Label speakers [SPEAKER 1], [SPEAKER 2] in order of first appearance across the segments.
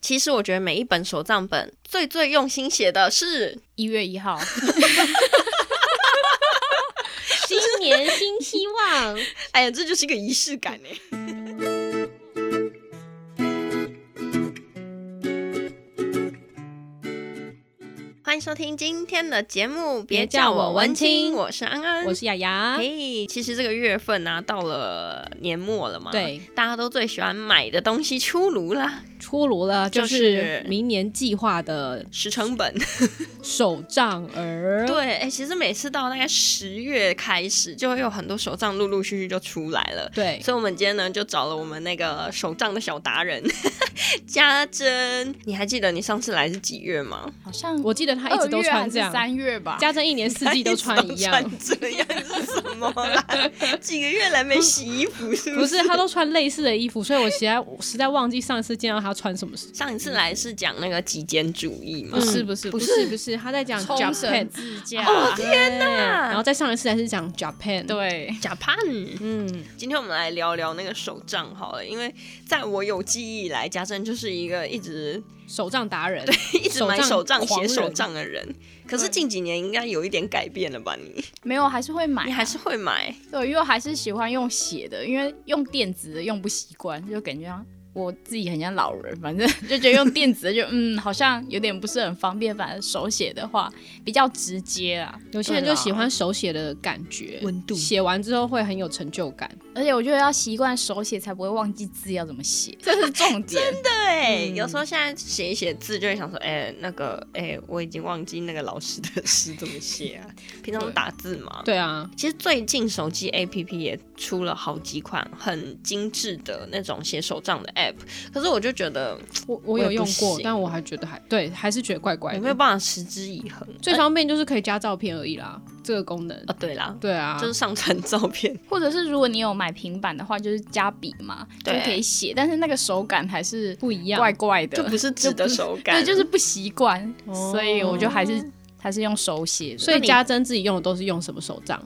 [SPEAKER 1] 其实我觉得每一本手账本最最用心写的是
[SPEAKER 2] 一月 一号，新年新希望。
[SPEAKER 1] 哎呀，这就是一个仪式感欸哎。 欢迎收听今天的节目，别叫我文青，我是安安，
[SPEAKER 2] 我是雅雅。
[SPEAKER 3] 哎
[SPEAKER 1] 嘿，其实这个月份呢、到了年末了嘛，
[SPEAKER 2] 对，
[SPEAKER 1] 大家都最喜欢买的东西出炉啦，
[SPEAKER 2] 出炉了，
[SPEAKER 1] 就
[SPEAKER 2] 就是是明年计划的
[SPEAKER 1] 十成本。
[SPEAKER 2] 手账儿。
[SPEAKER 1] 对，哎、其实每次到大概十月开始，就会有很多手账陆陆续续就出来了。
[SPEAKER 2] 对，
[SPEAKER 1] 所以，我们今天呢，就找了我们那个手账的小达人 家珍。你还记得你上次来是几月吗？
[SPEAKER 3] 好像
[SPEAKER 2] 我记得他一直都穿这样。
[SPEAKER 3] 三月吧。
[SPEAKER 2] 家珍一年四季都穿 一样，
[SPEAKER 1] 穿这样是什么 啦？几个月来没洗衣服是
[SPEAKER 2] 不
[SPEAKER 1] 是？
[SPEAKER 2] 是他都穿类似的衣服，所以我实在我实在忘记上一次见到他穿什么。
[SPEAKER 1] 上一次来是讲那个极简主义嘛
[SPEAKER 2] 不？是不是不是不是，他在讲
[SPEAKER 3] 嗯冲绳
[SPEAKER 2] Japan，
[SPEAKER 3] 自
[SPEAKER 2] 哦
[SPEAKER 3] 驾，啊
[SPEAKER 2] 天哪！然后再上一次还是讲 Japan，，
[SPEAKER 3] 对，
[SPEAKER 1] 假胖。
[SPEAKER 2] 嗯，
[SPEAKER 1] 今天我们来聊聊那个手账好了，因为在我有记忆以来，家珍就是一个一直
[SPEAKER 2] 手账达人，
[SPEAKER 1] 一直买手账、
[SPEAKER 2] 狂
[SPEAKER 1] 写
[SPEAKER 2] 人
[SPEAKER 1] 手账的人。可是近几年应该有一点改变了吧？你
[SPEAKER 3] 没有还是会
[SPEAKER 2] 哎
[SPEAKER 3] 买，
[SPEAKER 1] 你还是会买，
[SPEAKER 3] 对，因为我还是喜欢用写的，因为用电子的用不习惯，就感觉像我自己很像老人，反正就觉得用电子的就嗯，好像有点不是很方便，反正手写的话比较直接啊啦。
[SPEAKER 2] 有些人就喜欢手写的感觉，
[SPEAKER 1] 温度
[SPEAKER 2] 写完之后会很有成就感。
[SPEAKER 3] 而且我觉得要习惯手写，才不会忘记字要怎么写， 这是重点。
[SPEAKER 1] 对，有时候现在写一写字，就会想说，哎、那个，哎、我已经忘记那个老师的诗怎么写啊？平常打字嘛。
[SPEAKER 2] 对啊，
[SPEAKER 1] 其实最近手机 APP 也出了好几款很精致的那种写手账的 App，可是我就觉得
[SPEAKER 2] 我我
[SPEAKER 1] 我也
[SPEAKER 2] 有
[SPEAKER 1] 不
[SPEAKER 2] 用过
[SPEAKER 1] 行，
[SPEAKER 2] 但我还觉得还对，还是觉得怪怪
[SPEAKER 1] 我没有
[SPEAKER 2] 的。
[SPEAKER 1] 办法持之以恒。
[SPEAKER 2] 最方便就是可以加照片而已啦，这个功能
[SPEAKER 1] 哦，。对啦，
[SPEAKER 2] 对啊，
[SPEAKER 1] 就是上传照片，
[SPEAKER 3] 或者是如果你有买平板的话，就是加笔嘛，就
[SPEAKER 1] 对
[SPEAKER 3] 可以写，但是那个手感还是
[SPEAKER 2] 不一样。
[SPEAKER 3] 怪怪的，
[SPEAKER 1] 就不是纸的手感，
[SPEAKER 3] 对，就是不习惯，
[SPEAKER 2] 哦
[SPEAKER 3] 所以我就还是还是用手写的。
[SPEAKER 2] 所以家珍自己用的都是用什么手账？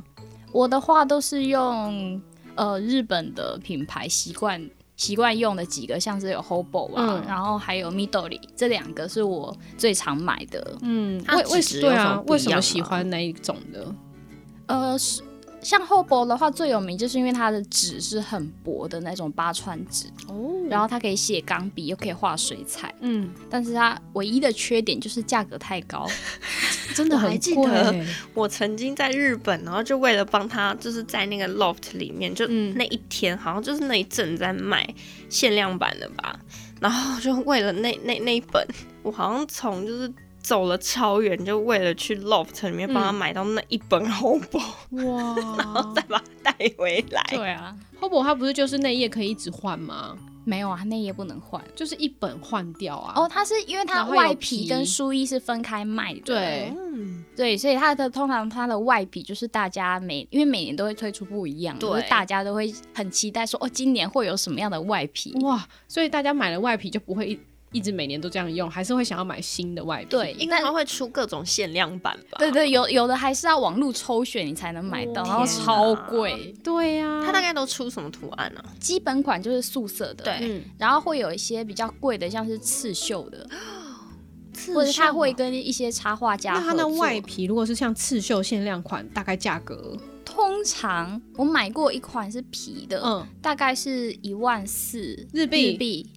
[SPEAKER 3] 我的话都是用呃日本的品牌习惯。习惯用的几个，像是有 Hobo 啊，
[SPEAKER 2] 嗯
[SPEAKER 3] 然后还有 Midori，这两个是我最常买的。
[SPEAKER 2] 嗯
[SPEAKER 1] 它
[SPEAKER 2] 为为
[SPEAKER 1] 纸质
[SPEAKER 2] 对
[SPEAKER 1] 有什么
[SPEAKER 2] 啊，
[SPEAKER 1] 不
[SPEAKER 2] 为
[SPEAKER 1] 一
[SPEAKER 2] 什么
[SPEAKER 1] 样
[SPEAKER 2] 喜
[SPEAKER 1] 吗
[SPEAKER 2] 欢那一种的？
[SPEAKER 3] 呃，是像 Hobo 的话，最有名就是因为它的纸是很薄的那种八川纸，
[SPEAKER 2] 哦
[SPEAKER 3] 然后它可以写钢笔，又可以画水彩。
[SPEAKER 2] 嗯，
[SPEAKER 3] 但是它唯一的缺点就是价格太高，
[SPEAKER 2] 真的
[SPEAKER 1] 我还
[SPEAKER 2] 很
[SPEAKER 1] 记
[SPEAKER 2] 贵
[SPEAKER 1] 得
[SPEAKER 2] 欸
[SPEAKER 1] 我曾经在日本，然后就为了帮他，就是在那个 loft 里面，就
[SPEAKER 2] 嗯
[SPEAKER 1] 那一天、好像就是那一阵在卖限量版的吧，然后就为了那那那一本，我好像从就是。走了超远，就为了去 loft 里面帮他
[SPEAKER 2] 嗯
[SPEAKER 1] 买到那一本厚薄，
[SPEAKER 2] 哇
[SPEAKER 1] 再把它带回来。
[SPEAKER 3] 对啊，
[SPEAKER 2] ，Hobo 它不是就是内页可以一直换吗？
[SPEAKER 3] 没有啊，那也不能换。
[SPEAKER 2] 就是一本换掉啊。
[SPEAKER 3] 哦，它是因为它
[SPEAKER 2] 然后有
[SPEAKER 3] 外皮
[SPEAKER 2] 皮
[SPEAKER 3] 跟书衣是分开卖的，
[SPEAKER 2] 对，
[SPEAKER 1] 嗯，
[SPEAKER 3] 对，所以它的通常它的外皮就是大家每因为每年都会推出不一样的，
[SPEAKER 1] 对
[SPEAKER 3] 就是大家都会很期待说哦，今年会有什么样的外皮？
[SPEAKER 2] 哇，所以大家买了外皮就不会一一直每年都这样用，还是会想要买新的外皮。
[SPEAKER 3] 对，
[SPEAKER 1] 应该
[SPEAKER 3] 但
[SPEAKER 1] 他会出各种限量版吧？
[SPEAKER 3] 对对，有有的还是要网络抽选你才能买到，
[SPEAKER 2] 哦
[SPEAKER 3] 然后
[SPEAKER 2] 天
[SPEAKER 3] 超
[SPEAKER 1] 哪
[SPEAKER 3] 贵。
[SPEAKER 2] 对啊呀、
[SPEAKER 1] 他大概都出什么图案呢、啊？
[SPEAKER 3] 基本款就是素色的，
[SPEAKER 1] 对
[SPEAKER 2] 嗯，
[SPEAKER 3] 然后会有一些比较贵的，像是刺绣的，或
[SPEAKER 1] 刺
[SPEAKER 3] 者是它
[SPEAKER 1] 绣
[SPEAKER 3] 会跟一些插画家
[SPEAKER 2] 那它
[SPEAKER 3] 合
[SPEAKER 2] 那
[SPEAKER 3] 作。
[SPEAKER 2] 外皮如果是像刺绣限量款，大概价格
[SPEAKER 3] 通常我买过一款是皮的，
[SPEAKER 2] 嗯
[SPEAKER 3] 大概是一万四
[SPEAKER 2] 日币
[SPEAKER 3] 日 币，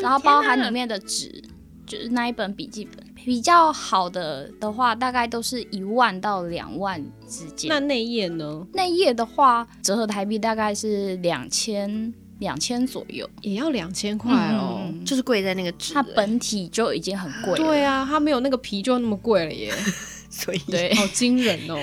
[SPEAKER 3] 然后包含里面的纸，就是那一本笔记本。比较好的的话，大概都是一万到两万之间。
[SPEAKER 2] 那内页呢
[SPEAKER 3] 那页的话，折合台币大概是两千两千左右。
[SPEAKER 2] 也要两千块哦。
[SPEAKER 3] 嗯
[SPEAKER 1] 就是贵在那个纸、
[SPEAKER 3] 它
[SPEAKER 1] 欸
[SPEAKER 3] 本体就已经很贵了。
[SPEAKER 2] 对啊，它没有那个皮就那么贵 了耶，
[SPEAKER 1] 所以
[SPEAKER 3] 对，
[SPEAKER 2] 好惊人 哦！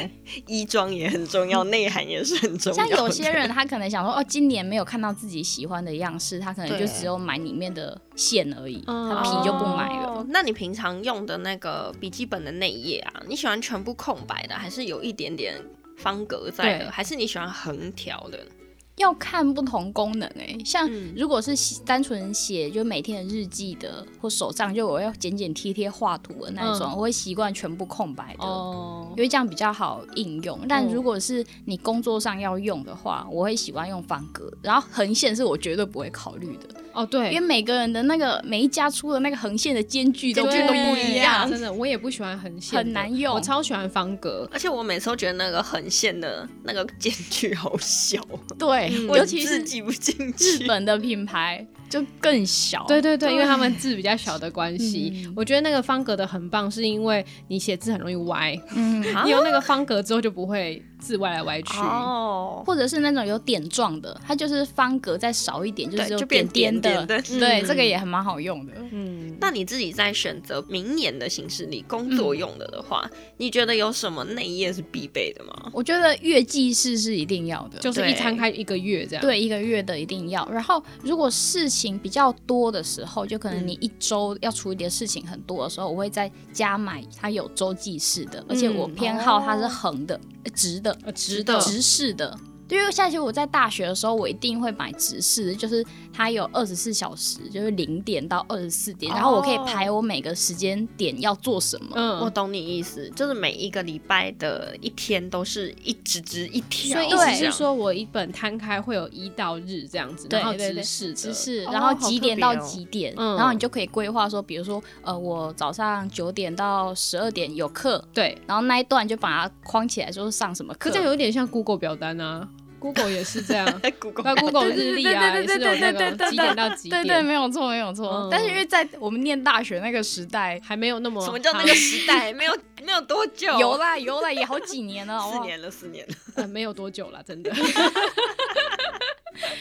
[SPEAKER 1] 衣装也很重要，内涵也是很重要
[SPEAKER 3] 像
[SPEAKER 1] 的。
[SPEAKER 3] 有些人他可能想说，哦，今年没有看到自己喜欢的样式，他可能
[SPEAKER 1] 对
[SPEAKER 3] 就只有买里面的线而已，
[SPEAKER 2] 嗯
[SPEAKER 3] 他皮就不买了。
[SPEAKER 1] 哦那你平常用的那个笔记本的内页啊，你喜欢全部空白的，还是有一点点方格在的，
[SPEAKER 2] 对
[SPEAKER 1] 还是你喜欢横条的？
[SPEAKER 3] 要看不同功能诶、像
[SPEAKER 1] 嗯
[SPEAKER 3] 如果是写单纯写就每天的日记的或手账，就我要简简贴贴画图的那一种，
[SPEAKER 2] 嗯
[SPEAKER 3] 我会习惯全部空白的。
[SPEAKER 2] 哦嗯
[SPEAKER 3] 因，为这样比较好应用，但如果是你工作上要用的话，我会喜欢用方格，然后横线是我绝对不会考虑的，
[SPEAKER 2] 哦，对，
[SPEAKER 3] 因为每个人的那个每一家出的那个横线的间距都不
[SPEAKER 2] 对
[SPEAKER 3] 都不一样，
[SPEAKER 2] 真的，我也不喜欢横线的，
[SPEAKER 3] 很难用
[SPEAKER 2] 我超喜欢方格，
[SPEAKER 1] 而且我每次都觉得那个横线的那个间距好小，
[SPEAKER 3] 对，
[SPEAKER 2] 嗯
[SPEAKER 1] 我
[SPEAKER 3] 尤其
[SPEAKER 1] 字
[SPEAKER 3] 是
[SPEAKER 1] 挤不进
[SPEAKER 3] 日
[SPEAKER 1] 去。
[SPEAKER 3] 本的品牌就更小，
[SPEAKER 2] 对对对，因为他们字比较小的关系，
[SPEAKER 3] 哦 嗯
[SPEAKER 2] 我觉得那个方格的很棒，是因为你写字很容易歪，
[SPEAKER 3] 嗯，
[SPEAKER 1] 啊
[SPEAKER 2] 你有那个方格之后就不会字歪来歪去。
[SPEAKER 1] 哦，
[SPEAKER 3] 或者是那种有点状的，它就是方格再少一点，就
[SPEAKER 1] 对，
[SPEAKER 3] 是有
[SPEAKER 1] 就变
[SPEAKER 3] 点
[SPEAKER 1] 点
[SPEAKER 3] 的，
[SPEAKER 1] 的。嗯
[SPEAKER 3] 对，这个也很蛮好用的。
[SPEAKER 2] 嗯，
[SPEAKER 1] 那你自己在选择明年的行事历工
[SPEAKER 3] 嗯
[SPEAKER 1] 作用的的话，你觉得有什么内页是必备的吗？
[SPEAKER 3] 我觉得月记事是一定要的，
[SPEAKER 2] 就是
[SPEAKER 1] 对
[SPEAKER 2] 一摊开一个月这样。，
[SPEAKER 3] 对，一个月的一定要。然后，如果事情比较多的时候，就可能你一周要处理的事情很多的时候，我会在家买它有周记式的，而且我
[SPEAKER 1] 嗯
[SPEAKER 3] 偏好它是
[SPEAKER 1] 哦
[SPEAKER 3] 横的、呃直的、
[SPEAKER 2] 呃，直
[SPEAKER 1] 的
[SPEAKER 2] 的，
[SPEAKER 3] 直式的。因为下学期我在大学的时候，我一定会买直式的，就是它有二十四小时，就是零点到二十四点，然后我可以
[SPEAKER 1] 哦
[SPEAKER 3] 排我每个时间点要做什么。
[SPEAKER 2] 嗯，
[SPEAKER 1] 我懂你意思，就是每一个礼拜的一天都是一直直一哦条，
[SPEAKER 2] 所以意
[SPEAKER 3] 对
[SPEAKER 2] 思是说我一本摊开会有一到日这样子，
[SPEAKER 3] 对
[SPEAKER 2] 然后
[SPEAKER 3] 对对
[SPEAKER 2] 直视
[SPEAKER 3] 只
[SPEAKER 2] 的
[SPEAKER 3] 是，
[SPEAKER 1] 哦
[SPEAKER 3] 然
[SPEAKER 1] 好
[SPEAKER 3] 后几
[SPEAKER 1] 特
[SPEAKER 3] 点
[SPEAKER 1] 别
[SPEAKER 3] 到
[SPEAKER 1] 哦，
[SPEAKER 3] 几点，
[SPEAKER 2] 嗯
[SPEAKER 3] 然后你就可以规划说，比如说，呃，我早上九点到十二点有课，
[SPEAKER 2] 对。
[SPEAKER 3] 然后那一段就把它框起来，说上什么课
[SPEAKER 2] 可这。样有点像 Google 表单啊，Google 也是这样
[SPEAKER 1] 在 Google
[SPEAKER 2] 那 Google
[SPEAKER 3] 对对
[SPEAKER 2] 日历
[SPEAKER 3] 对
[SPEAKER 2] 啊
[SPEAKER 3] 对
[SPEAKER 2] 也是
[SPEAKER 3] 对
[SPEAKER 2] 有
[SPEAKER 3] 对
[SPEAKER 2] 那
[SPEAKER 3] 对对
[SPEAKER 2] 个几点到几
[SPEAKER 3] 对对，
[SPEAKER 2] 点，
[SPEAKER 3] 没有错，没有错。
[SPEAKER 2] 嗯
[SPEAKER 3] 但是因为在我们念大学那个时代，
[SPEAKER 2] 还没有那 么
[SPEAKER 1] 什么叫那个时代？没有没有多久，
[SPEAKER 3] 有啦有啦，也好几年了， 好不
[SPEAKER 1] 四
[SPEAKER 3] 好？
[SPEAKER 1] 年了，四年了。
[SPEAKER 2] 呃没有多久了，真 的。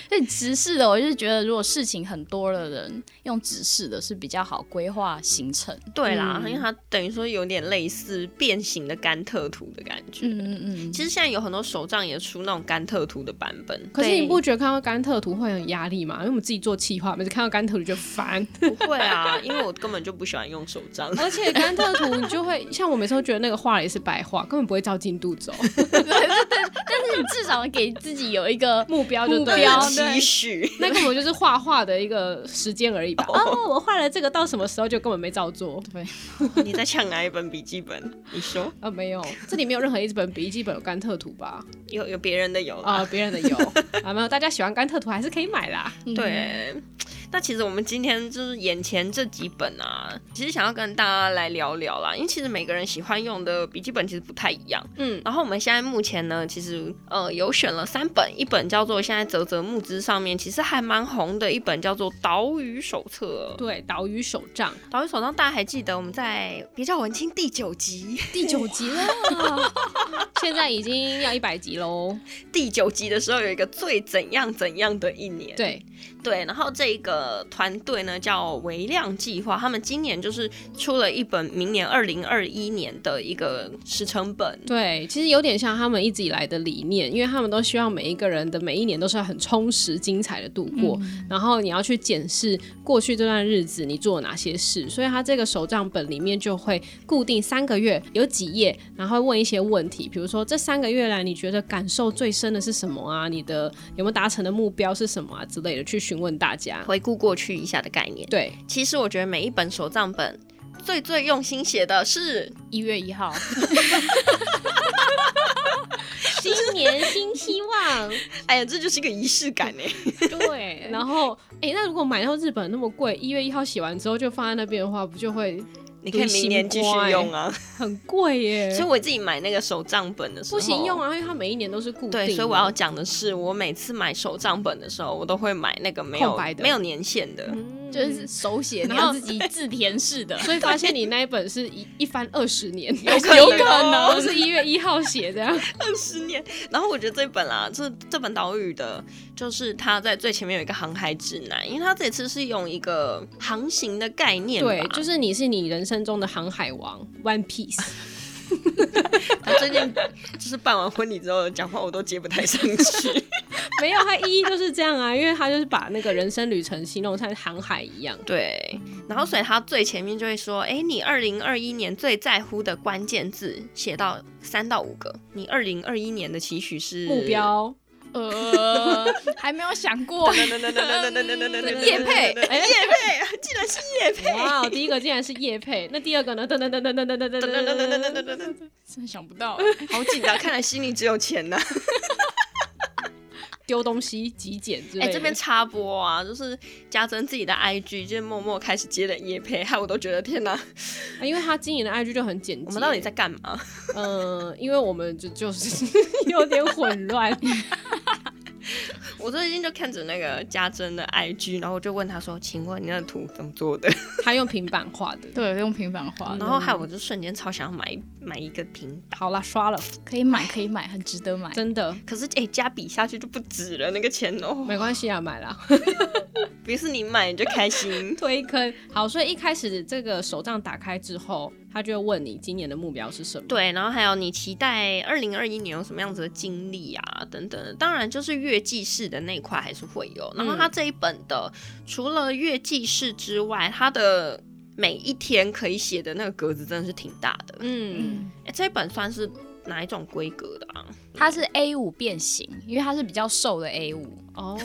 [SPEAKER 3] 所以直视的，我就是觉得，如果事情很多的人用直视的是比较好规划行程。
[SPEAKER 1] 对啦，
[SPEAKER 2] 嗯
[SPEAKER 1] 因为它等于说有点类似变形的甘特图的感觉。
[SPEAKER 3] 嗯嗯嗯，
[SPEAKER 1] 其实现在有很多手账也出那种甘特图的版本，
[SPEAKER 2] 可是你
[SPEAKER 3] 对
[SPEAKER 2] 不觉得看到甘特图会很有压力吗？因为我们自己做企划，每次看到甘特图就烦，
[SPEAKER 1] 不会啊，因为我根本就不喜欢用手账。
[SPEAKER 2] 而且甘特图你就会像我每次都觉得那个画也是白画，根本不会照进度走，
[SPEAKER 3] 但是你至少给自己有一个
[SPEAKER 2] 目标就
[SPEAKER 3] 目
[SPEAKER 2] 对
[SPEAKER 3] 标
[SPEAKER 2] 了。
[SPEAKER 1] 期许，
[SPEAKER 2] 那根本就是画画的一个时间而已吧。哦，我画了这个到什么时候就根本没照做。
[SPEAKER 3] 对，
[SPEAKER 1] 你在抢哪一本笔记本？你说
[SPEAKER 2] 啊，没有，这里没有任何一本笔记本有甘特图吧？
[SPEAKER 1] 有有别人的有啦
[SPEAKER 2] 啊，别人的有啊，没有，大家喜欢甘特图还是可以买啦。
[SPEAKER 3] 嗯
[SPEAKER 1] 对，那其实我们今天就是眼前这几本啊，其实想要跟大家来聊聊啦，因为其实每个人喜欢用的笔记本其实不太一样。
[SPEAKER 2] 嗯，
[SPEAKER 1] 然后我们现在目前呢，其实呃有选了三本，一本叫做现在泽泽木之上面其实还蛮红的一本叫做《岛屿手册》。
[SPEAKER 2] 对，岛屿手账
[SPEAKER 1] 岛屿手账大家还记得我们在《别叫文青》第九集，
[SPEAKER 2] 第九集 了，现在已经要一百集喽。
[SPEAKER 1] 第九集的时候有一个最怎样怎样的一年。
[SPEAKER 2] 对，
[SPEAKER 1] 对，然后这个团队呢叫微量计划，他们今年就是出了一本明年二零二一年的一个时程本。
[SPEAKER 2] 对，其实有点像他们一直以来的理念，因为他们都希望每一个人的每一年都是很充实、精彩的度过。然后你要去检视过去这段日子你做了哪些事，所以他这个手账本里面就会固定三个月有几页，然后会问一些问题，比如说这三个月来你觉得感受最深的是什么啊？你的有没有达成的目标是什么啊之类的，去询问大家。
[SPEAKER 1] 回顾过去一下的概念，
[SPEAKER 2] 对，
[SPEAKER 1] 其实我觉得每一本手账本最最用心写的是
[SPEAKER 3] 一月一 号，
[SPEAKER 2] 新年新希望。
[SPEAKER 1] 哎呀，这就是一个仪式感哎。
[SPEAKER 2] 对，然后哎、诶那如果买到日本那么贵，一月一号洗完之后就放在那边的话，不就会
[SPEAKER 1] 你可以明年继续用啊。
[SPEAKER 2] 很贵耶？
[SPEAKER 1] 所以我自己买那个手账本的时候
[SPEAKER 2] 不行用
[SPEAKER 1] 啊。
[SPEAKER 2] 啊，因为它每一年都是固定的。
[SPEAKER 1] 对，所以我要讲的是，我每次买手账本的时候，我都会买那个没有
[SPEAKER 2] 空白的
[SPEAKER 1] 没有年限的。
[SPEAKER 2] 嗯
[SPEAKER 3] 就是手写，你
[SPEAKER 2] 然
[SPEAKER 3] 要
[SPEAKER 2] 后
[SPEAKER 3] 自己字填式的。
[SPEAKER 2] 所以发现你那一本是一一翻二十年，
[SPEAKER 1] 有可能哦
[SPEAKER 2] 都是一月一号写的。
[SPEAKER 1] 十年。然后我觉得这本啦，这这本岛屿的，就是它在最前面有一个航海指南，因为它这次是用一个航行的概念吧，
[SPEAKER 2] 对，就是你是你人生中的航海王，One Piece。
[SPEAKER 1] 他最近就是办完婚礼之后讲话我都接不太上去。
[SPEAKER 2] 没有，它意义就是这样啊，因为它就是把那个人生旅程形容成航海一样。
[SPEAKER 1] 对，然后所以它最前面就会说，哎，你二零二一年最在乎的关键字写到三到五个，你二零二一年的期许是
[SPEAKER 2] 目。标，
[SPEAKER 3] 呃，还没有想过。 嗯
[SPEAKER 1] 等等等等等等等等等等，
[SPEAKER 3] 业配
[SPEAKER 1] 哎，叶配，竟然是叶配。
[SPEAKER 2] 哇哦，第一个竟然是叶配，那第二个呢？噔噔噔噔噔噔噔
[SPEAKER 1] 等
[SPEAKER 2] 噔
[SPEAKER 1] 等等等
[SPEAKER 2] 噔噔
[SPEAKER 1] 等
[SPEAKER 2] 噔
[SPEAKER 1] 等等等，
[SPEAKER 3] 真的想不到，
[SPEAKER 1] 好紧张，看来心里只有钱呐。
[SPEAKER 2] 丢东西极简之类
[SPEAKER 1] 哎、
[SPEAKER 2] 的。
[SPEAKER 1] 这边插播啊，就是家珍自己的 IG，就是默默开始接了夜配，害我都觉得天哪，
[SPEAKER 2] 啊因为他经营的 IG 就很简洁。
[SPEAKER 1] 我们到底在干嘛？
[SPEAKER 2] 嗯，因为我们就就是 有点混乱，
[SPEAKER 1] 我最近就看着那个家珍的 IG，然后我就问他说：“请问你那图怎么做 的
[SPEAKER 2] 他用平板画的。
[SPEAKER 3] 对，用平板画？”
[SPEAKER 1] 然后害我就瞬间超想要买买一个平板，
[SPEAKER 2] 好啦，刷了，
[SPEAKER 3] 可以买，可以买，很值得买。
[SPEAKER 2] 真的
[SPEAKER 1] 可是哎、加笔下去就不止了那个钱哦，
[SPEAKER 2] 没关系啊，买啦。
[SPEAKER 1] 不是你买你就开心。
[SPEAKER 2] 推坑好，所以一开始这个手账打开之后，他就会问你今年的目标是什么。
[SPEAKER 1] 对，然后还有你期待二零二一年有什么样子的经历啊，等等的。当然，就是月记式的那一块还是会有。然后
[SPEAKER 2] 嗯
[SPEAKER 1] 它这一本的，除了月记式之外，它的每一天可以写的那个格子真的是挺大的。
[SPEAKER 2] 嗯，
[SPEAKER 3] 嗯，
[SPEAKER 1] 哎，这一本算是哪一种规格的啊
[SPEAKER 3] 它是 A 五变形，因为它是比较瘦的 A 五，
[SPEAKER 2] 哦，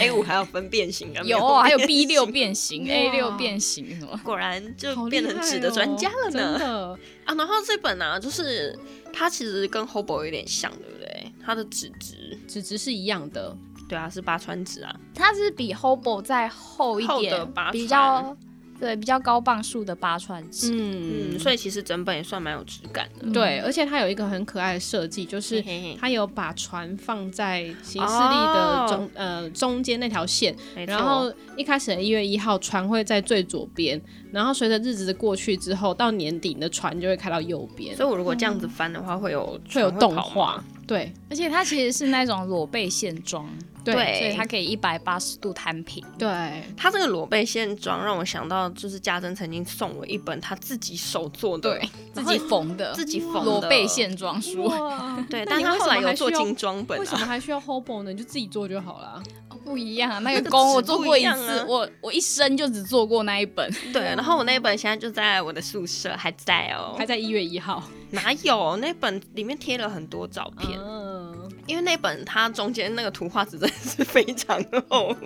[SPEAKER 1] ？A 五还有分变形的，
[SPEAKER 3] 有
[SPEAKER 2] 啊
[SPEAKER 3] 哦还有 B 六。变形、
[SPEAKER 2] 哇
[SPEAKER 3] A 六变形什么。
[SPEAKER 1] 果然
[SPEAKER 2] 好
[SPEAKER 1] 就
[SPEAKER 2] 厉
[SPEAKER 1] 变成纸的
[SPEAKER 2] 害哦
[SPEAKER 1] 专家了呢、
[SPEAKER 2] 真的，
[SPEAKER 1] 啊！然后这本啊，就是它其实跟 Hobo 有点像，对不对？它的纸质，
[SPEAKER 2] 纸质是一样的，
[SPEAKER 1] 对啊，是八川纸啊，
[SPEAKER 3] 它是比 Hobo 再厚一
[SPEAKER 1] 厚的
[SPEAKER 3] 点
[SPEAKER 1] 八，
[SPEAKER 3] 比
[SPEAKER 1] 川
[SPEAKER 3] 较对比较高磅数的八川纸。嗯
[SPEAKER 2] 嗯
[SPEAKER 1] 嗯，所以其实整本也算蛮有质感的。
[SPEAKER 2] 对，而且它有一个很可爱的设计，就是
[SPEAKER 1] 嘿嘿嘿
[SPEAKER 2] 它有把船放在行事历的中、呃中间那条线，
[SPEAKER 1] 哦没错
[SPEAKER 2] 然后一开始的一月一号船会在最左边，然后随着日子的过去之后，到年底你的船就会开到右边，
[SPEAKER 1] 所以我如果这样子翻的话，会有
[SPEAKER 2] 会有
[SPEAKER 1] 船
[SPEAKER 2] 动
[SPEAKER 1] 跑吗
[SPEAKER 2] 画，对
[SPEAKER 3] 而且它其实是那种裸背线装，
[SPEAKER 2] 对
[SPEAKER 1] 对
[SPEAKER 3] 所以它可以一百八十度摊平。
[SPEAKER 2] 对，
[SPEAKER 1] 他这个裸背线装让我想到，就是家珍曾经送我一本他自己手做的，
[SPEAKER 3] 对，自己缝的，
[SPEAKER 1] 自己缝的
[SPEAKER 3] 裸背线装书。
[SPEAKER 2] 哇，
[SPEAKER 1] 对，
[SPEAKER 2] 那
[SPEAKER 1] 但
[SPEAKER 2] 你
[SPEAKER 1] 他
[SPEAKER 2] 为什
[SPEAKER 1] 后
[SPEAKER 2] 么
[SPEAKER 1] 来有
[SPEAKER 2] 还
[SPEAKER 1] 做
[SPEAKER 2] 需要
[SPEAKER 1] 精装本
[SPEAKER 2] 为什
[SPEAKER 1] 啊。
[SPEAKER 2] 么还需要 hobo 呢？你就自己做就好了。
[SPEAKER 3] 哦不一样啊，那
[SPEAKER 1] 那
[SPEAKER 3] 个
[SPEAKER 1] 个
[SPEAKER 3] 工
[SPEAKER 1] 纸
[SPEAKER 3] 我做
[SPEAKER 1] 不
[SPEAKER 3] 过
[SPEAKER 1] 一
[SPEAKER 3] 一
[SPEAKER 1] 样
[SPEAKER 3] 次
[SPEAKER 1] 啊，
[SPEAKER 3] 我我一生就只做过那一本。
[SPEAKER 1] 对，然后我那本现在就在我的宿舍，还在哦
[SPEAKER 2] 还。在一月一号，
[SPEAKER 1] 哪有那本里面贴了很多照片，
[SPEAKER 2] 嗯，
[SPEAKER 1] 因为那本它中间那个图画纸真的是非常厚。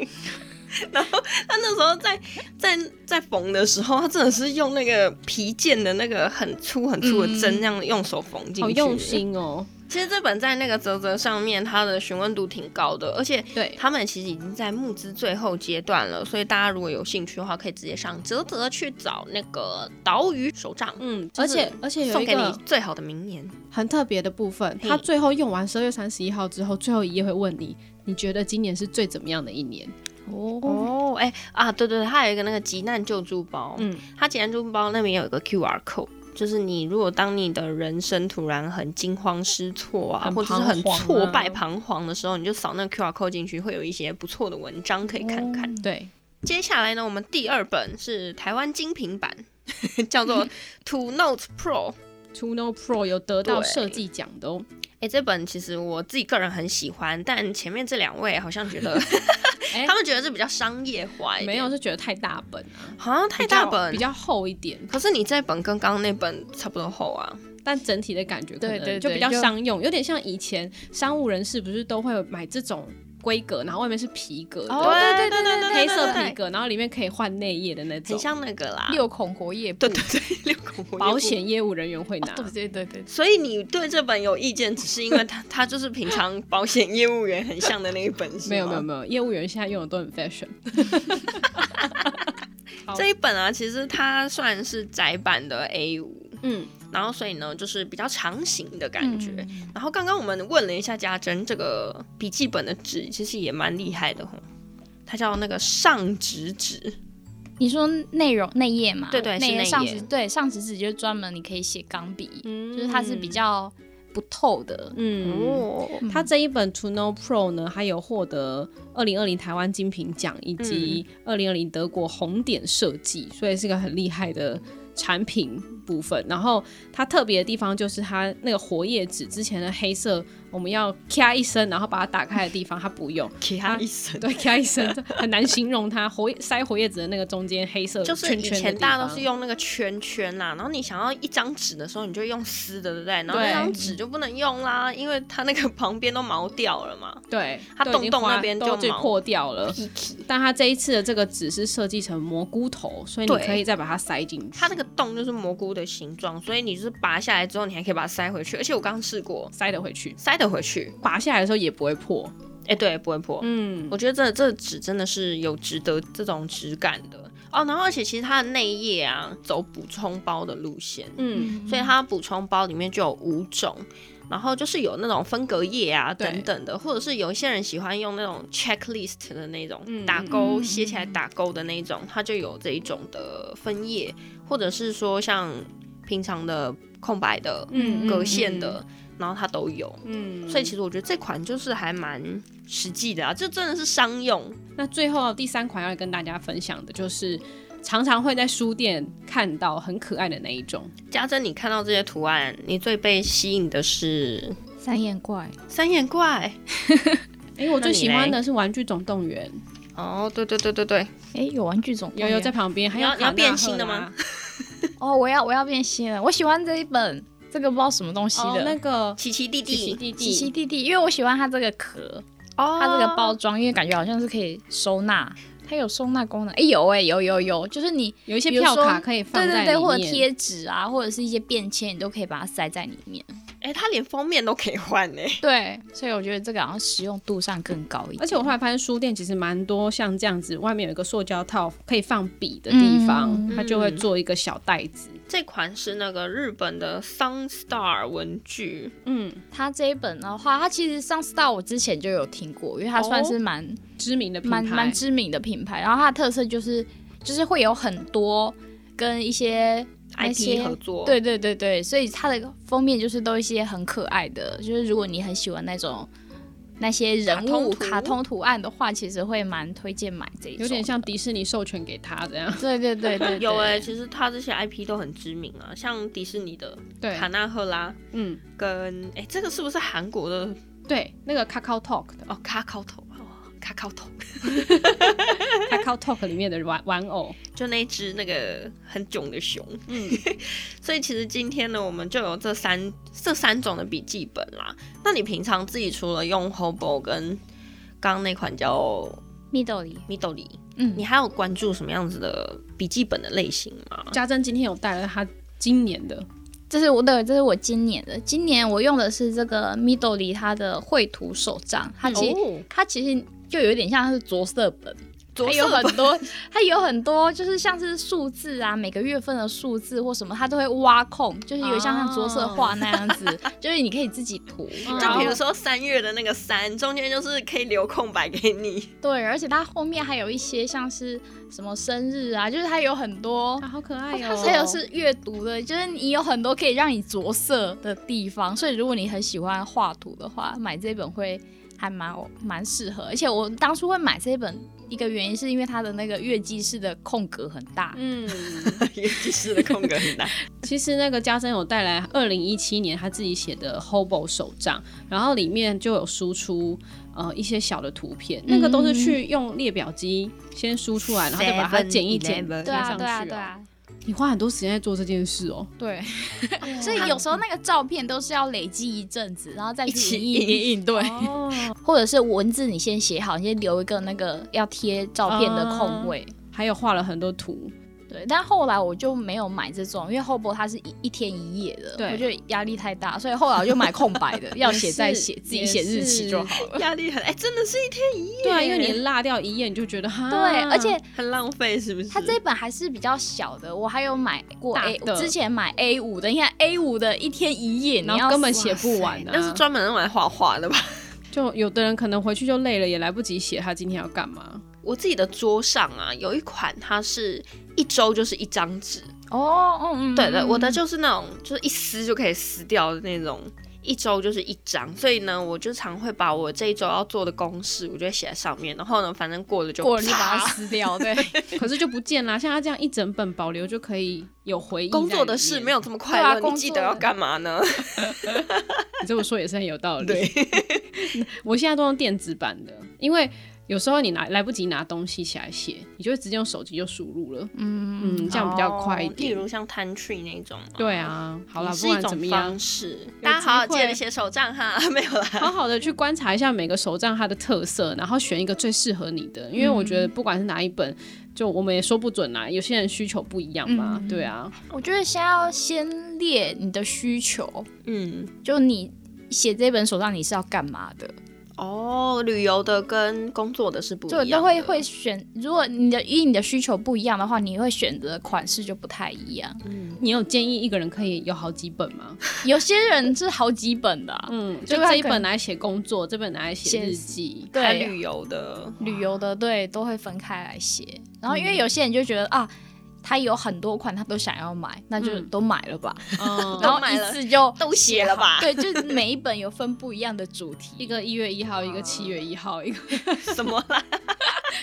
[SPEAKER 1] 然后他那时候在在在缝的时候，他真的是用那个皮件的那个很粗很粗的针，那样用手缝进去，
[SPEAKER 2] 嗯好用。心哦。
[SPEAKER 1] 其实这本在那个泽泽上面，它的询问度挺高的，而且
[SPEAKER 2] 对，
[SPEAKER 1] 他们其实已经在募资最后阶段了，所以大家如果有兴趣的话，可以直接上泽泽去找那个岛屿手账，
[SPEAKER 2] 嗯，
[SPEAKER 1] 就
[SPEAKER 2] 而
[SPEAKER 1] 是
[SPEAKER 2] 且而且有
[SPEAKER 1] 送
[SPEAKER 2] 一
[SPEAKER 1] 给你
[SPEAKER 2] 个
[SPEAKER 1] 最好的明年。
[SPEAKER 2] 很特别的部分，
[SPEAKER 1] 嘿
[SPEAKER 2] 他最后用完十二月三十一号之后，最后一页会问你，你觉得今年是最怎么样的一年？哦，
[SPEAKER 1] 哦，哎、啊，对对，对它有一个那个急难救助包，
[SPEAKER 2] 嗯
[SPEAKER 1] 嗯，它急难救助包那边有一个 QR code。就是你，如果当你的人生突然很惊慌失措啊，
[SPEAKER 2] 很
[SPEAKER 1] 或者是
[SPEAKER 2] 彷
[SPEAKER 1] 很
[SPEAKER 2] 徨啊
[SPEAKER 1] 挫败彷徨的时候，你就扫那个 QR code 进去，会有一些不错的文章可以
[SPEAKER 2] 哦
[SPEAKER 1] 看
[SPEAKER 3] 嗯
[SPEAKER 1] 看。
[SPEAKER 2] 对，
[SPEAKER 1] 接下来呢，我们第二本是台湾精品版，叫 做 To Note Pro。
[SPEAKER 2] t u n o Pro 有得到
[SPEAKER 1] 对
[SPEAKER 2] 设计奖的哦。
[SPEAKER 1] 哎、这本其实我自己个人很喜欢，但前面这两位好像觉得
[SPEAKER 2] 哎，
[SPEAKER 1] 他们觉得是比较商业化一
[SPEAKER 2] 没
[SPEAKER 1] 点，
[SPEAKER 2] 有是觉得太大本啊，
[SPEAKER 1] 好像太
[SPEAKER 2] 比较
[SPEAKER 1] 大本
[SPEAKER 2] 比，较厚一点，
[SPEAKER 1] 可是你这本跟刚刚那本差不多厚啊，
[SPEAKER 2] 但整体的感觉可
[SPEAKER 3] 对对
[SPEAKER 2] 能就
[SPEAKER 3] 对
[SPEAKER 2] 比较
[SPEAKER 3] 就
[SPEAKER 2] 商用，有点像以前商务人士不是都会买这种规格，然后外面是皮革的，
[SPEAKER 3] 哦对对对对对
[SPEAKER 2] 黑色皮革，然后里面可以换内页的那
[SPEAKER 1] 很
[SPEAKER 2] 种，
[SPEAKER 1] 像那个啦。
[SPEAKER 3] 六孔活页簿
[SPEAKER 1] 对。对对，六孔活页
[SPEAKER 2] 保
[SPEAKER 1] 簿。
[SPEAKER 2] 险业务人员
[SPEAKER 1] 啊
[SPEAKER 2] 会拿。
[SPEAKER 3] 哦对对对对，
[SPEAKER 1] 所以你对这本有意见，只是因为它 它就是平常保险业务员很像的那一本，是吗
[SPEAKER 2] 没有没有。没有，业务员现在用的都很 fashion。
[SPEAKER 1] 这一本啊，其实它算是窄版的 A 五，
[SPEAKER 2] 嗯，
[SPEAKER 1] 然后所以呢，就是比较长型的感觉。
[SPEAKER 3] 嗯
[SPEAKER 1] 然后刚刚我们问了一下家珍，这个笔记本的纸其实也蛮厉害的吼，它叫那个上纸纸，
[SPEAKER 3] 你说内容内页嘛？
[SPEAKER 1] 对对是
[SPEAKER 3] 内
[SPEAKER 1] 内页
[SPEAKER 3] 上纸对上纸纸就是专门你可以写钢笔，
[SPEAKER 2] 嗯
[SPEAKER 3] 就是它是比较不透的。
[SPEAKER 2] 嗯。
[SPEAKER 1] 哦，
[SPEAKER 2] 他这一本《To Know Pro》呢，还有获得二零二零台湾精品奖以及
[SPEAKER 1] 嗯
[SPEAKER 2] 二零二零德国红点设计，所以是个很厉害的产品部分。然后它特别的地方就是它那个活页纸之前的黑色，我们要咔一声，然后把它打开的地方它不 用，
[SPEAKER 1] 其他一生。
[SPEAKER 2] 对，咔一声很难形容它活页塞活页纸的那个中间黑色
[SPEAKER 1] 就是
[SPEAKER 2] 呃圈
[SPEAKER 1] 以
[SPEAKER 2] 圈的
[SPEAKER 1] 前
[SPEAKER 2] 地
[SPEAKER 1] 大家
[SPEAKER 2] 方
[SPEAKER 1] 都是用那个圈圈啦，然后你想要一张纸的时候，你就用撕的，对不对？然后
[SPEAKER 2] 对
[SPEAKER 1] 那张纸就不能用啦，因为它那个 旁边都毛掉了嘛。
[SPEAKER 2] 对，
[SPEAKER 1] 它
[SPEAKER 2] 都已
[SPEAKER 1] 洞
[SPEAKER 2] 经
[SPEAKER 1] 洞
[SPEAKER 2] 花
[SPEAKER 1] 那边
[SPEAKER 2] 都
[SPEAKER 1] 就
[SPEAKER 2] 就
[SPEAKER 1] 毛
[SPEAKER 2] 破掉了。但它这一次的这个纸是设计成蘑菇头，所以你
[SPEAKER 1] 对
[SPEAKER 2] 可以再把它塞进去。
[SPEAKER 1] 它那个洞就是蘑菇的形状，所以你就是拔下来之后，你还可以把它塞回去。而且我刚刚试过
[SPEAKER 2] 塞得回去，
[SPEAKER 1] 塞得回去，
[SPEAKER 2] 拔下来的时候也不会破。
[SPEAKER 1] 哎、对，不会破。
[SPEAKER 2] 嗯，
[SPEAKER 1] 我觉得这这纸真的是有值得这种质感的哦。然后而且其实它的内页啊，走补充包的路线，
[SPEAKER 2] 嗯，
[SPEAKER 3] 嗯，
[SPEAKER 1] 所以它补充包里面就有五种。然后就是有那种分隔页啊
[SPEAKER 2] 对
[SPEAKER 1] 等等的，或者是有一些人喜欢用那种 checklist 的那种、
[SPEAKER 2] 嗯
[SPEAKER 1] 打勾
[SPEAKER 3] 嗯
[SPEAKER 1] 写起来打勾的那种，它就有这一种的分页，或者是说像平常的空白的、
[SPEAKER 2] 嗯
[SPEAKER 1] 格线的，然后它都有。
[SPEAKER 2] 嗯，
[SPEAKER 1] 所以其实我觉得这款就是还蛮实际的啊，这真的是商用，
[SPEAKER 2] 那最后第三款要跟大家分享的就是，常常会在书店看到很可爱的那一种，
[SPEAKER 1] 家珍，你看到这些图案，你最被吸引的是
[SPEAKER 3] 三眼怪，
[SPEAKER 1] 三眼怪。
[SPEAKER 2] 哎、我最
[SPEAKER 1] 那你
[SPEAKER 2] 喜欢
[SPEAKER 1] 嘞
[SPEAKER 2] 的是《玩具总动员
[SPEAKER 1] 哦，对对对对对，
[SPEAKER 3] 哎，有玩具总》，动
[SPEAKER 2] 悠
[SPEAKER 3] 员
[SPEAKER 2] 悠在旁边，还
[SPEAKER 1] 哦你要
[SPEAKER 2] 有
[SPEAKER 1] 你要
[SPEAKER 2] 卡纳
[SPEAKER 1] 变新的
[SPEAKER 2] 赫拉
[SPEAKER 1] 吗？
[SPEAKER 3] 哦，我要我要变新了，我喜欢这一本，这个不知道什么东西
[SPEAKER 2] 哦，那
[SPEAKER 3] 的。
[SPEAKER 2] 个
[SPEAKER 1] 奇奇弟
[SPEAKER 2] 弟弟
[SPEAKER 1] 弟，
[SPEAKER 2] 弟
[SPEAKER 3] 奇奇弟
[SPEAKER 2] 弟，
[SPEAKER 3] 弟，因为我喜欢它这个壳，
[SPEAKER 1] 哦
[SPEAKER 3] 它这个包装，因为感觉好像是可以收纳，它有收纳功能。哎，有哎，有有有，就是你
[SPEAKER 2] 有一些
[SPEAKER 3] 比如
[SPEAKER 2] 票卡
[SPEAKER 3] 说
[SPEAKER 2] 可以放
[SPEAKER 3] 对
[SPEAKER 2] 在
[SPEAKER 3] 对
[SPEAKER 2] 里面，
[SPEAKER 3] 对，或者贴纸啊，或者是一些便签，你都可以把它塞在里面。
[SPEAKER 1] 哎、他连封面都可以换呢、
[SPEAKER 3] 对，所以我觉得这个好像实用度上更高一点。
[SPEAKER 2] 而且我后来发现书店其实蛮多像这样子，外面有一个塑胶套可以放笔的地方，
[SPEAKER 3] 嗯
[SPEAKER 2] 它就会做一个小袋子。
[SPEAKER 1] 这款是那个日本的 Sunstar 文具，
[SPEAKER 2] 嗯，
[SPEAKER 3] 它这一本的话，它其实上 Star 我之前就有听过，因
[SPEAKER 2] 哦
[SPEAKER 3] 为它算是蛮、
[SPEAKER 2] 知名的品牌，
[SPEAKER 3] 蛮蛮知名的品牌。然后它的特色就是就是会有很多跟一些那
[SPEAKER 1] IP
[SPEAKER 3] 些
[SPEAKER 1] 合作，
[SPEAKER 3] 对对对对，所以它的封面就是都一些很可爱的，就是如果你很喜欢那种。那些人
[SPEAKER 1] 卡通图
[SPEAKER 3] 物卡通图案的话，其实会蛮推荐买这一种，
[SPEAKER 2] 有点像迪士尼授权给他这样。
[SPEAKER 3] 对对 对对，对
[SPEAKER 1] 有哎、其实他这些 IP 都很知名啊，像迪士尼的
[SPEAKER 2] 对，
[SPEAKER 1] 卡纳赫拉
[SPEAKER 2] 嗯，
[SPEAKER 1] 跟哎、这个是不是韩国的
[SPEAKER 2] 对，那个 Kakao Talk 的
[SPEAKER 1] 哦卡考头哦卡考头，
[SPEAKER 2] Kakao Talk 里面的玩玩偶，
[SPEAKER 1] 就那只那个很囧的熊。
[SPEAKER 2] 嗯，
[SPEAKER 1] 所以其实今天呢，我们就有这三这三种的笔记本啦。那你平常自己除了用 Hobo 跟刚刚那款叫
[SPEAKER 3] Midori，
[SPEAKER 1] Midori，
[SPEAKER 3] 嗯
[SPEAKER 1] 你还有关注什么样子的笔记本的类型吗？
[SPEAKER 2] 家珍今天有带了他今年的，
[SPEAKER 3] 这是我的，这是我今年的。今年我用的是这个 Midori 它的绘图手账，它其实、
[SPEAKER 1] 哦，
[SPEAKER 3] 它其实就有点像是着色本，
[SPEAKER 1] 着
[SPEAKER 3] 它有
[SPEAKER 1] 色
[SPEAKER 3] 很多， 它有很多就是像是数字啊，每个月份的数字或什么，它都会挖空，就是有像像着色画那样 子，就是你可以自己涂。
[SPEAKER 2] 嗯
[SPEAKER 3] 然
[SPEAKER 1] 就
[SPEAKER 3] 后
[SPEAKER 1] 比如说三月的那个三，中间就是可以留空白给你。
[SPEAKER 3] 对，而且它后面还有一些像是什么生日啊，就是它有很多
[SPEAKER 2] 啊，。好可爱哦、
[SPEAKER 3] 还有是阅读的，就是你有很多可以让你着色的地方，所以如果你很喜欢画图的话，买这本会还蛮哦蛮适合。而且我当初会买这本，一个原因是因为它的那个月季式的空格很大，
[SPEAKER 2] 嗯，
[SPEAKER 1] 也只是的空格很大。
[SPEAKER 2] 其实那个家珍有带来二零一七年他自己写的 Hobo 手账，然后里面就有输出呃一些小的图片，那个都是去用列表机先输出来，然后再把它剪一剪
[SPEAKER 1] 7-Eleven
[SPEAKER 3] 对
[SPEAKER 2] 贴上
[SPEAKER 3] 啊，
[SPEAKER 2] 去、哦
[SPEAKER 3] 对啊，对。啊，
[SPEAKER 2] 你花很多时间在做这件事哦、
[SPEAKER 3] 对。所以有时候那个照片都是要累积一阵子，然后再
[SPEAKER 1] 一起
[SPEAKER 3] 去印印印印，对。
[SPEAKER 2] 哦，
[SPEAKER 3] 或者是文字你先写好，你先留一个那个要贴照片的空位。
[SPEAKER 2] 还有画了很多图，
[SPEAKER 3] 对，但后来我就没有买这种，因为厚薄它是一一天一夜的，
[SPEAKER 2] 对
[SPEAKER 3] 我觉得压力太大，所以后来我就买空白 的，要写再写，自己写日期就好了。
[SPEAKER 1] 压力很哎、真的是一天一夜，
[SPEAKER 2] 对啊，因为你落掉一页，你就觉得哈，
[SPEAKER 3] 对，而
[SPEAKER 2] 嗯
[SPEAKER 3] 且
[SPEAKER 1] 很浪费，是不是？
[SPEAKER 3] 它这本还是比较小的，我还有买过
[SPEAKER 2] 大
[SPEAKER 3] A，
[SPEAKER 2] 的
[SPEAKER 3] 我之前买 A 五的，你看 A 五的一天一夜，你
[SPEAKER 2] 然
[SPEAKER 3] 要
[SPEAKER 2] 后根本
[SPEAKER 3] 死
[SPEAKER 2] 写不完啊，
[SPEAKER 1] 那是专门用来画画的吧？
[SPEAKER 2] 就有的人可能回去就累了，也来不及写他今天要 干嘛。
[SPEAKER 1] 我自己的桌上啊，有一款它是一周就是一张纸，
[SPEAKER 3] 哦，嗯嗯，
[SPEAKER 1] 对对，
[SPEAKER 3] 嗯
[SPEAKER 1] 我的就是那种就是一撕就可以撕掉的那种，一周就是一张，所以呢，我就常会把我这一周要做的公式，我就会写在上面，然后呢，反正过了就
[SPEAKER 3] 过了就把它
[SPEAKER 1] 啪
[SPEAKER 3] 撕掉， 对，
[SPEAKER 2] 可是就不见啦。像他这样一整本保留就可以有回忆。
[SPEAKER 1] 工作的事没
[SPEAKER 2] 有，
[SPEAKER 1] 有这么快
[SPEAKER 3] 对啊
[SPEAKER 1] 乐，
[SPEAKER 3] 工
[SPEAKER 1] 你记
[SPEAKER 3] 作
[SPEAKER 1] 得要
[SPEAKER 3] 的
[SPEAKER 1] 干嘛 呢？
[SPEAKER 2] 你这么说也是很有道理。对， 我现在都用电子版的，因为有时候你拿来不及拿东西起来写，你就会直接用手机就输入了。嗯嗯，这样比较快一
[SPEAKER 1] 哦例
[SPEAKER 2] 点。
[SPEAKER 1] 如像 Time Tree 那种、啊，
[SPEAKER 2] 对啊，好啦，
[SPEAKER 1] 也
[SPEAKER 2] 不
[SPEAKER 1] 是一
[SPEAKER 2] 管怎么
[SPEAKER 1] 种
[SPEAKER 2] 样
[SPEAKER 1] 方，式。
[SPEAKER 2] 会
[SPEAKER 1] 大家好好记得写手账哈， 没有啦。
[SPEAKER 2] 好好的去观察一下每个手账它的特色，然后选一个最适合你的。因为我觉得不管是哪一本，就我们也说不准啊啦，有些人需求不一样嘛。对啊，
[SPEAKER 3] 我觉得先要先列你的需求，
[SPEAKER 1] 嗯，
[SPEAKER 3] 就你写这本手账你是要干嘛的，
[SPEAKER 1] 哦，旅游的跟工作的是不一
[SPEAKER 3] 就
[SPEAKER 1] 样的，
[SPEAKER 3] 都会会选，如果你的以你的需求不一样的话，你会选择款式就不太一样。
[SPEAKER 2] 你有建议一个人可以有好几本吗？
[SPEAKER 3] 有些人是好几本的啊、
[SPEAKER 2] 嗯，就
[SPEAKER 3] 就他
[SPEAKER 2] 这一
[SPEAKER 3] 可
[SPEAKER 2] 本
[SPEAKER 3] 能
[SPEAKER 2] 拿来写工作，这本拿来写
[SPEAKER 3] 写
[SPEAKER 2] 日记。
[SPEAKER 1] 还
[SPEAKER 3] 对，
[SPEAKER 1] 旅游的，
[SPEAKER 3] 旅游的对都会分开来写。然后因为
[SPEAKER 1] 嗯
[SPEAKER 3] 有些人就觉得、啊，他有很多款他都想要买，那就
[SPEAKER 2] 嗯
[SPEAKER 3] 都买了吧，
[SPEAKER 2] 嗯，
[SPEAKER 3] 然后
[SPEAKER 1] 都买了
[SPEAKER 3] 一次就
[SPEAKER 1] 都写了吧
[SPEAKER 3] 对，就是每一本有分不一样的主题。
[SPEAKER 2] 一个一月一号，一个七月一号，一个
[SPEAKER 1] 什么啦？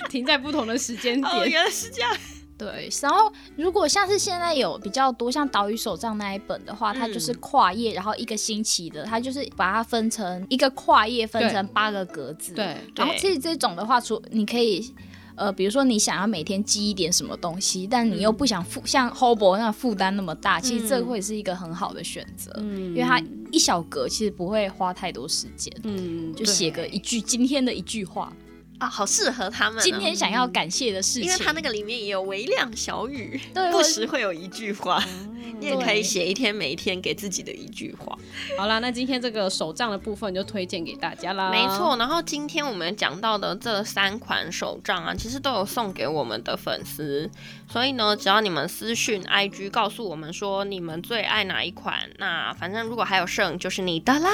[SPEAKER 2] 停在不同的时间
[SPEAKER 1] 哦，
[SPEAKER 2] 点。
[SPEAKER 1] 原来是这样。
[SPEAKER 3] 对，然后如果像是现在有比较多像《岛屿手账》那一本的话，它
[SPEAKER 1] 嗯
[SPEAKER 3] 就是跨页，然后一个星期的，它就是把它分成一个跨页分成八个格子。
[SPEAKER 2] 对，
[SPEAKER 3] 然后
[SPEAKER 1] 对
[SPEAKER 3] 其实这种的话，除你可以。呃，比如说你想要每天记一点什么东西，但你又
[SPEAKER 1] 嗯
[SPEAKER 3] 不想负、像 Hobo 那样负担那么大，其实这会是一个很好的选择，因
[SPEAKER 2] 嗯
[SPEAKER 3] 为它一小格其实不会花太多时间，
[SPEAKER 2] 嗯，
[SPEAKER 3] 就写个一句今天的一句话，
[SPEAKER 1] 啊，好适合他们、哦。
[SPEAKER 3] 今天想要感谢的事情，
[SPEAKER 1] 因为它那个里面也有微量小语，
[SPEAKER 3] 对
[SPEAKER 1] 不
[SPEAKER 3] 或
[SPEAKER 1] 时会有一句话，你也可以
[SPEAKER 3] 对
[SPEAKER 1] 写一天，每一天给自己的一句话。
[SPEAKER 2] 好啦，那今天这个手账的部分就推荐给大家啦。
[SPEAKER 1] 没错，，然后今天我们讲到的这三款手账啊，其实都有送给我们的粉丝，所以呢，只要你们私讯 IG 告诉我们说你们最爱哪一款，那反正如果还有剩就是你的啦。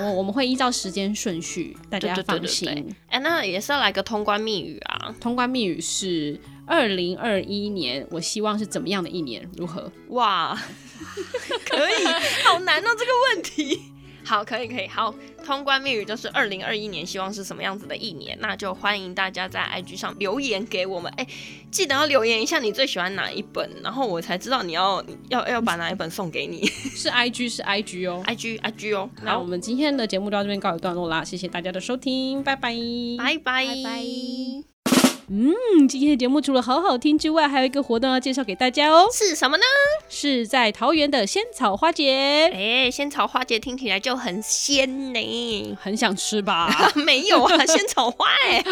[SPEAKER 2] 我我们会依照时间顺序，大
[SPEAKER 1] 对
[SPEAKER 2] 家
[SPEAKER 1] 对对
[SPEAKER 2] 放
[SPEAKER 1] 对
[SPEAKER 2] 心。
[SPEAKER 1] 对哎，那也是要来个通关密语啊！
[SPEAKER 2] 通关密语是二零二一年，我希望是怎么样的一年？如何？
[SPEAKER 1] 哇，可以，好难哦，这个问题。好，可以，可以，好。通关密语就是二零二一年，希望是什么样子的一年？那就欢迎大家在 IG 上留言给我们。哎、记得要留言一下你最喜欢哪一本，然后我才知道你要要要把哪一本送给 你。
[SPEAKER 2] 是 IG 是 IG 哦。
[SPEAKER 1] IG IG 哦，
[SPEAKER 2] 那
[SPEAKER 1] 好，
[SPEAKER 2] 我们今天的节目就到这边告一段落啦，谢谢大家的收听，拜拜。
[SPEAKER 1] 拜拜
[SPEAKER 3] 拜拜
[SPEAKER 2] 嗯，今天的节目除了好好听之外，还有一个活动要介绍给大家哦，
[SPEAKER 1] 是什么呢？
[SPEAKER 2] 是在桃园的仙草花节，
[SPEAKER 1] 哎、仙草花节听起来就很仙呢。
[SPEAKER 2] 很想吃吧？
[SPEAKER 1] 没有啊，仙草花哎、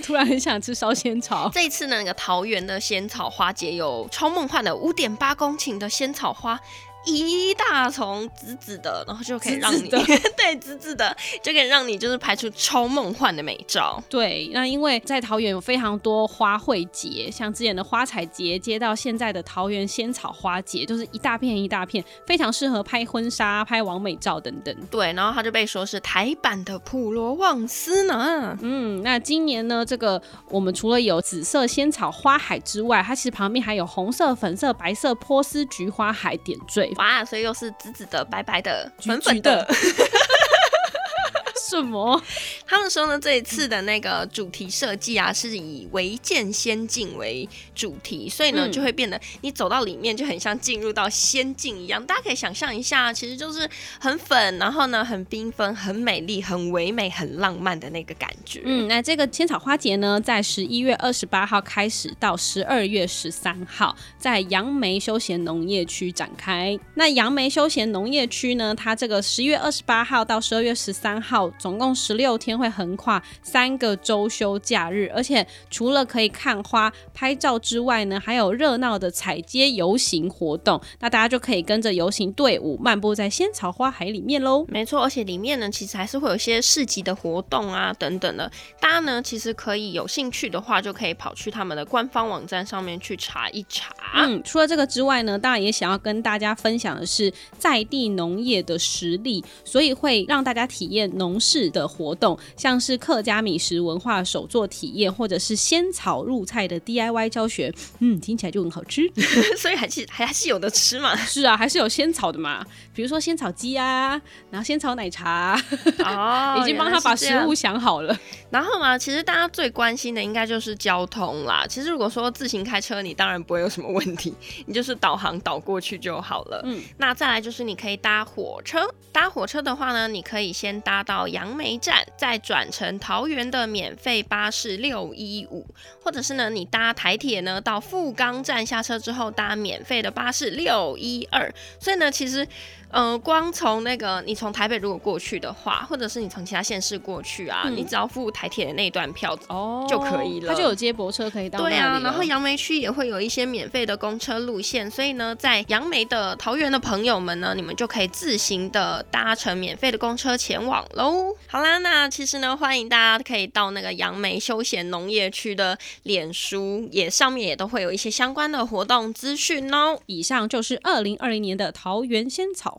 [SPEAKER 2] 突然很想吃烧仙草。
[SPEAKER 1] 这一次呢，那个桃园的仙草花节有超梦幻的五点八公顷的仙草花。一大丛紫紫的，然后就可以让你
[SPEAKER 2] 紫
[SPEAKER 1] 对紫紫的，就可以让你就是拍出超梦幻的美照。
[SPEAKER 2] 对，那因为在桃园有非常多花卉节，像之前的花彩节，接到现在的桃园仙草花节，就是一大片一大片，非常适合拍婚纱、拍完美照等等。
[SPEAKER 1] 对，然后他就被说是台版的普罗旺斯呢。
[SPEAKER 2] 嗯，那今年呢，这个我们除了有紫色仙草花海之外，它其实旁边还有红色、粉色、白色波斯菊花海点缀。
[SPEAKER 1] 哇，所以又是紫紫的、白白的、
[SPEAKER 2] 橘
[SPEAKER 1] 粉
[SPEAKER 2] 橘
[SPEAKER 1] 粉
[SPEAKER 2] 的
[SPEAKER 1] 的。
[SPEAKER 2] 什么？
[SPEAKER 1] 他们说呢，这一次的那个主题设计啊，是以违建仙境为主题，所以呢，
[SPEAKER 2] 嗯
[SPEAKER 1] 就会变得你走到里面就很像进入到仙境一样。大家可以想象一下，其实就是很粉，然后呢，很缤纷、很美丽、很唯美、很浪漫的那个感觉。嗯，
[SPEAKER 2] 嗯，那这个千草花节呢，在十一月二十八号开始到十二月十三号，在杨梅休闲农业区展开。那杨梅休闲农业区呢，它这个十月二十八号到十二月十三号，总共十六天会横跨三个周休假日，而且除了可以看花、拍照之外呢，还有热闹的踩街游行活动，那大家就可以跟着游行队伍漫步在仙草花海里面喽。
[SPEAKER 1] 没错，而且里面呢，其实还是会有一些市集的活动啊，等等的。大家呢，其实可以有兴趣的话，就可以跑去他们的官方网站上面去查一查。
[SPEAKER 2] 嗯，除了这个之外呢，当然也想要跟大家分享的是在地农业的实力，所以会让大家体验农事的活动，像是客家米食文化手作体验，或者是仙草入菜的 DIY 教学。嗯，听起来就很好 吃。
[SPEAKER 1] 所以还是还是有的吃嘛。
[SPEAKER 2] 是啊，还是有仙草的嘛，比如说仙草鸡啊，然后仙草奶茶啊，
[SPEAKER 1] 哦
[SPEAKER 2] 已经帮他把食
[SPEAKER 1] 物。
[SPEAKER 2] 物想好了。
[SPEAKER 1] 然后嘛，其实大家最关心的应该就是交通啦。其实如果说自行开车，你当然不会有什么问题， 你就是导航导过去就好了。
[SPEAKER 2] 嗯
[SPEAKER 1] 嗯，那再来就是你可以搭火车，搭火车的话呢，你可以先搭到杨梅站，再转乘桃园的免费巴士六一五，或者是呢，你搭台铁呢到富冈站下车之后搭免费的巴士六一二。所以呢，其实嗯、呃光从那个你从台北如果过去的话，或者是你从其他县市过去啊，
[SPEAKER 2] 嗯
[SPEAKER 1] 你只要付台铁的那一段票。
[SPEAKER 2] 哦
[SPEAKER 1] 就可以了
[SPEAKER 2] 他就有接驳车可以到那
[SPEAKER 1] 对
[SPEAKER 2] 里
[SPEAKER 1] 啊
[SPEAKER 2] 了，
[SPEAKER 1] 然后杨梅区也会有一些免费的公车路线，所以呢，在杨梅的桃园的朋友们呢，你们就可以自行的搭乘免费的公车前往喽。好啦，那其实呢，欢迎大家可以到那个杨梅休闲农业区的脸书，也上面也都会有一些相关的活动资讯哦。
[SPEAKER 2] 以上就是二零二零年的桃园仙草